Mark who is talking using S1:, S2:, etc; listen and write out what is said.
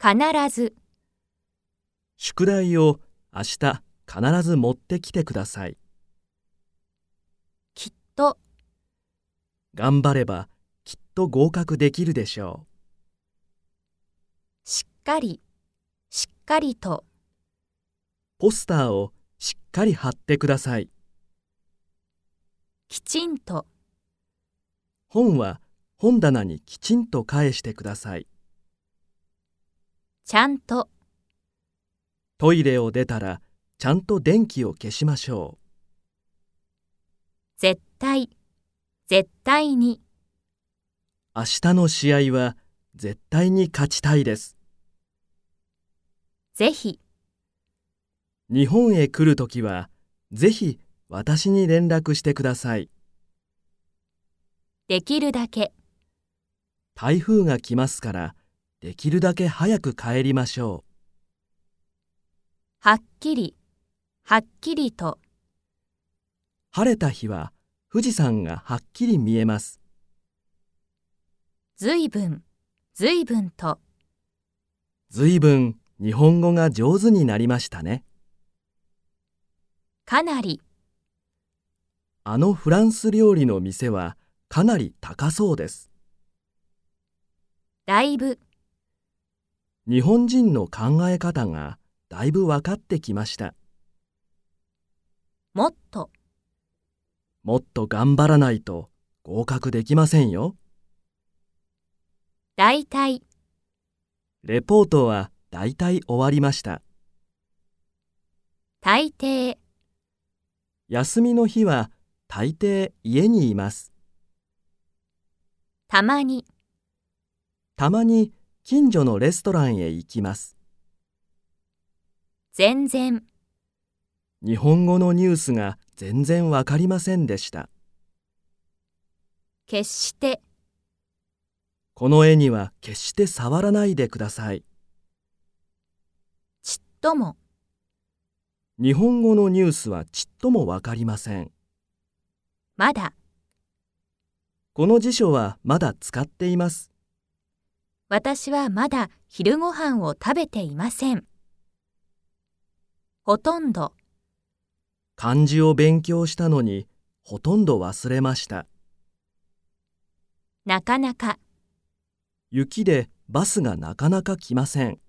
S1: 必ず、
S2: 宿題を明日必ず持ってきてください。
S1: きっと、
S2: 頑張ればきっと合格できるでしょう。
S1: しっかり、しっかりと、
S2: ポスターをしっかり貼ってください。
S1: きちんと、
S2: 本は本棚にきちんと返してください。
S1: ちゃんと、
S2: トイレを出たらちゃんと電気を消しましょう。
S1: 絶対、絶対に、
S2: 明日の試合は絶対に勝ちたいです。
S1: ぜひ、
S2: 日本へ来るときはぜひ私に連絡してください。
S1: できるだけ、
S2: 台風が来ますからできるだけ早く帰りましょう。
S1: はっきり、はっきりと、
S2: 晴れた日は富士山がはっきり見えます。
S1: ずいぶん、ずいぶんと、
S2: ずいぶん日本語が上手になりましたね。
S1: かなり、
S2: あのフランス料理の店はかなり高そうです。
S1: だいぶ、
S2: 日本人の考え方がだいぶ分かってきました。
S1: もっと、
S2: もっと頑張らないと合格できませんよ。
S1: だいたい、
S2: レポートはだいたい終わりました。
S1: 大抵、
S2: 休みの日は大抵家にいます。
S1: たまに、
S2: たまに近所のレストランへ行きます。
S1: 全然、
S2: 日本語のニュースが全然わかりませんでした。
S1: 決して、
S2: この絵には決して触らないでください。
S1: ちっとも、
S2: 日本語のニュースはちっともわかりません。
S1: まだ、
S2: この辞書はまだ使っています。
S1: 私はまだ昼ご飯を食べていません。ほとんど、
S2: 漢字を勉強したのにほとんど忘れました。
S1: なかなか、
S2: 雪でバスがなかなか来ません。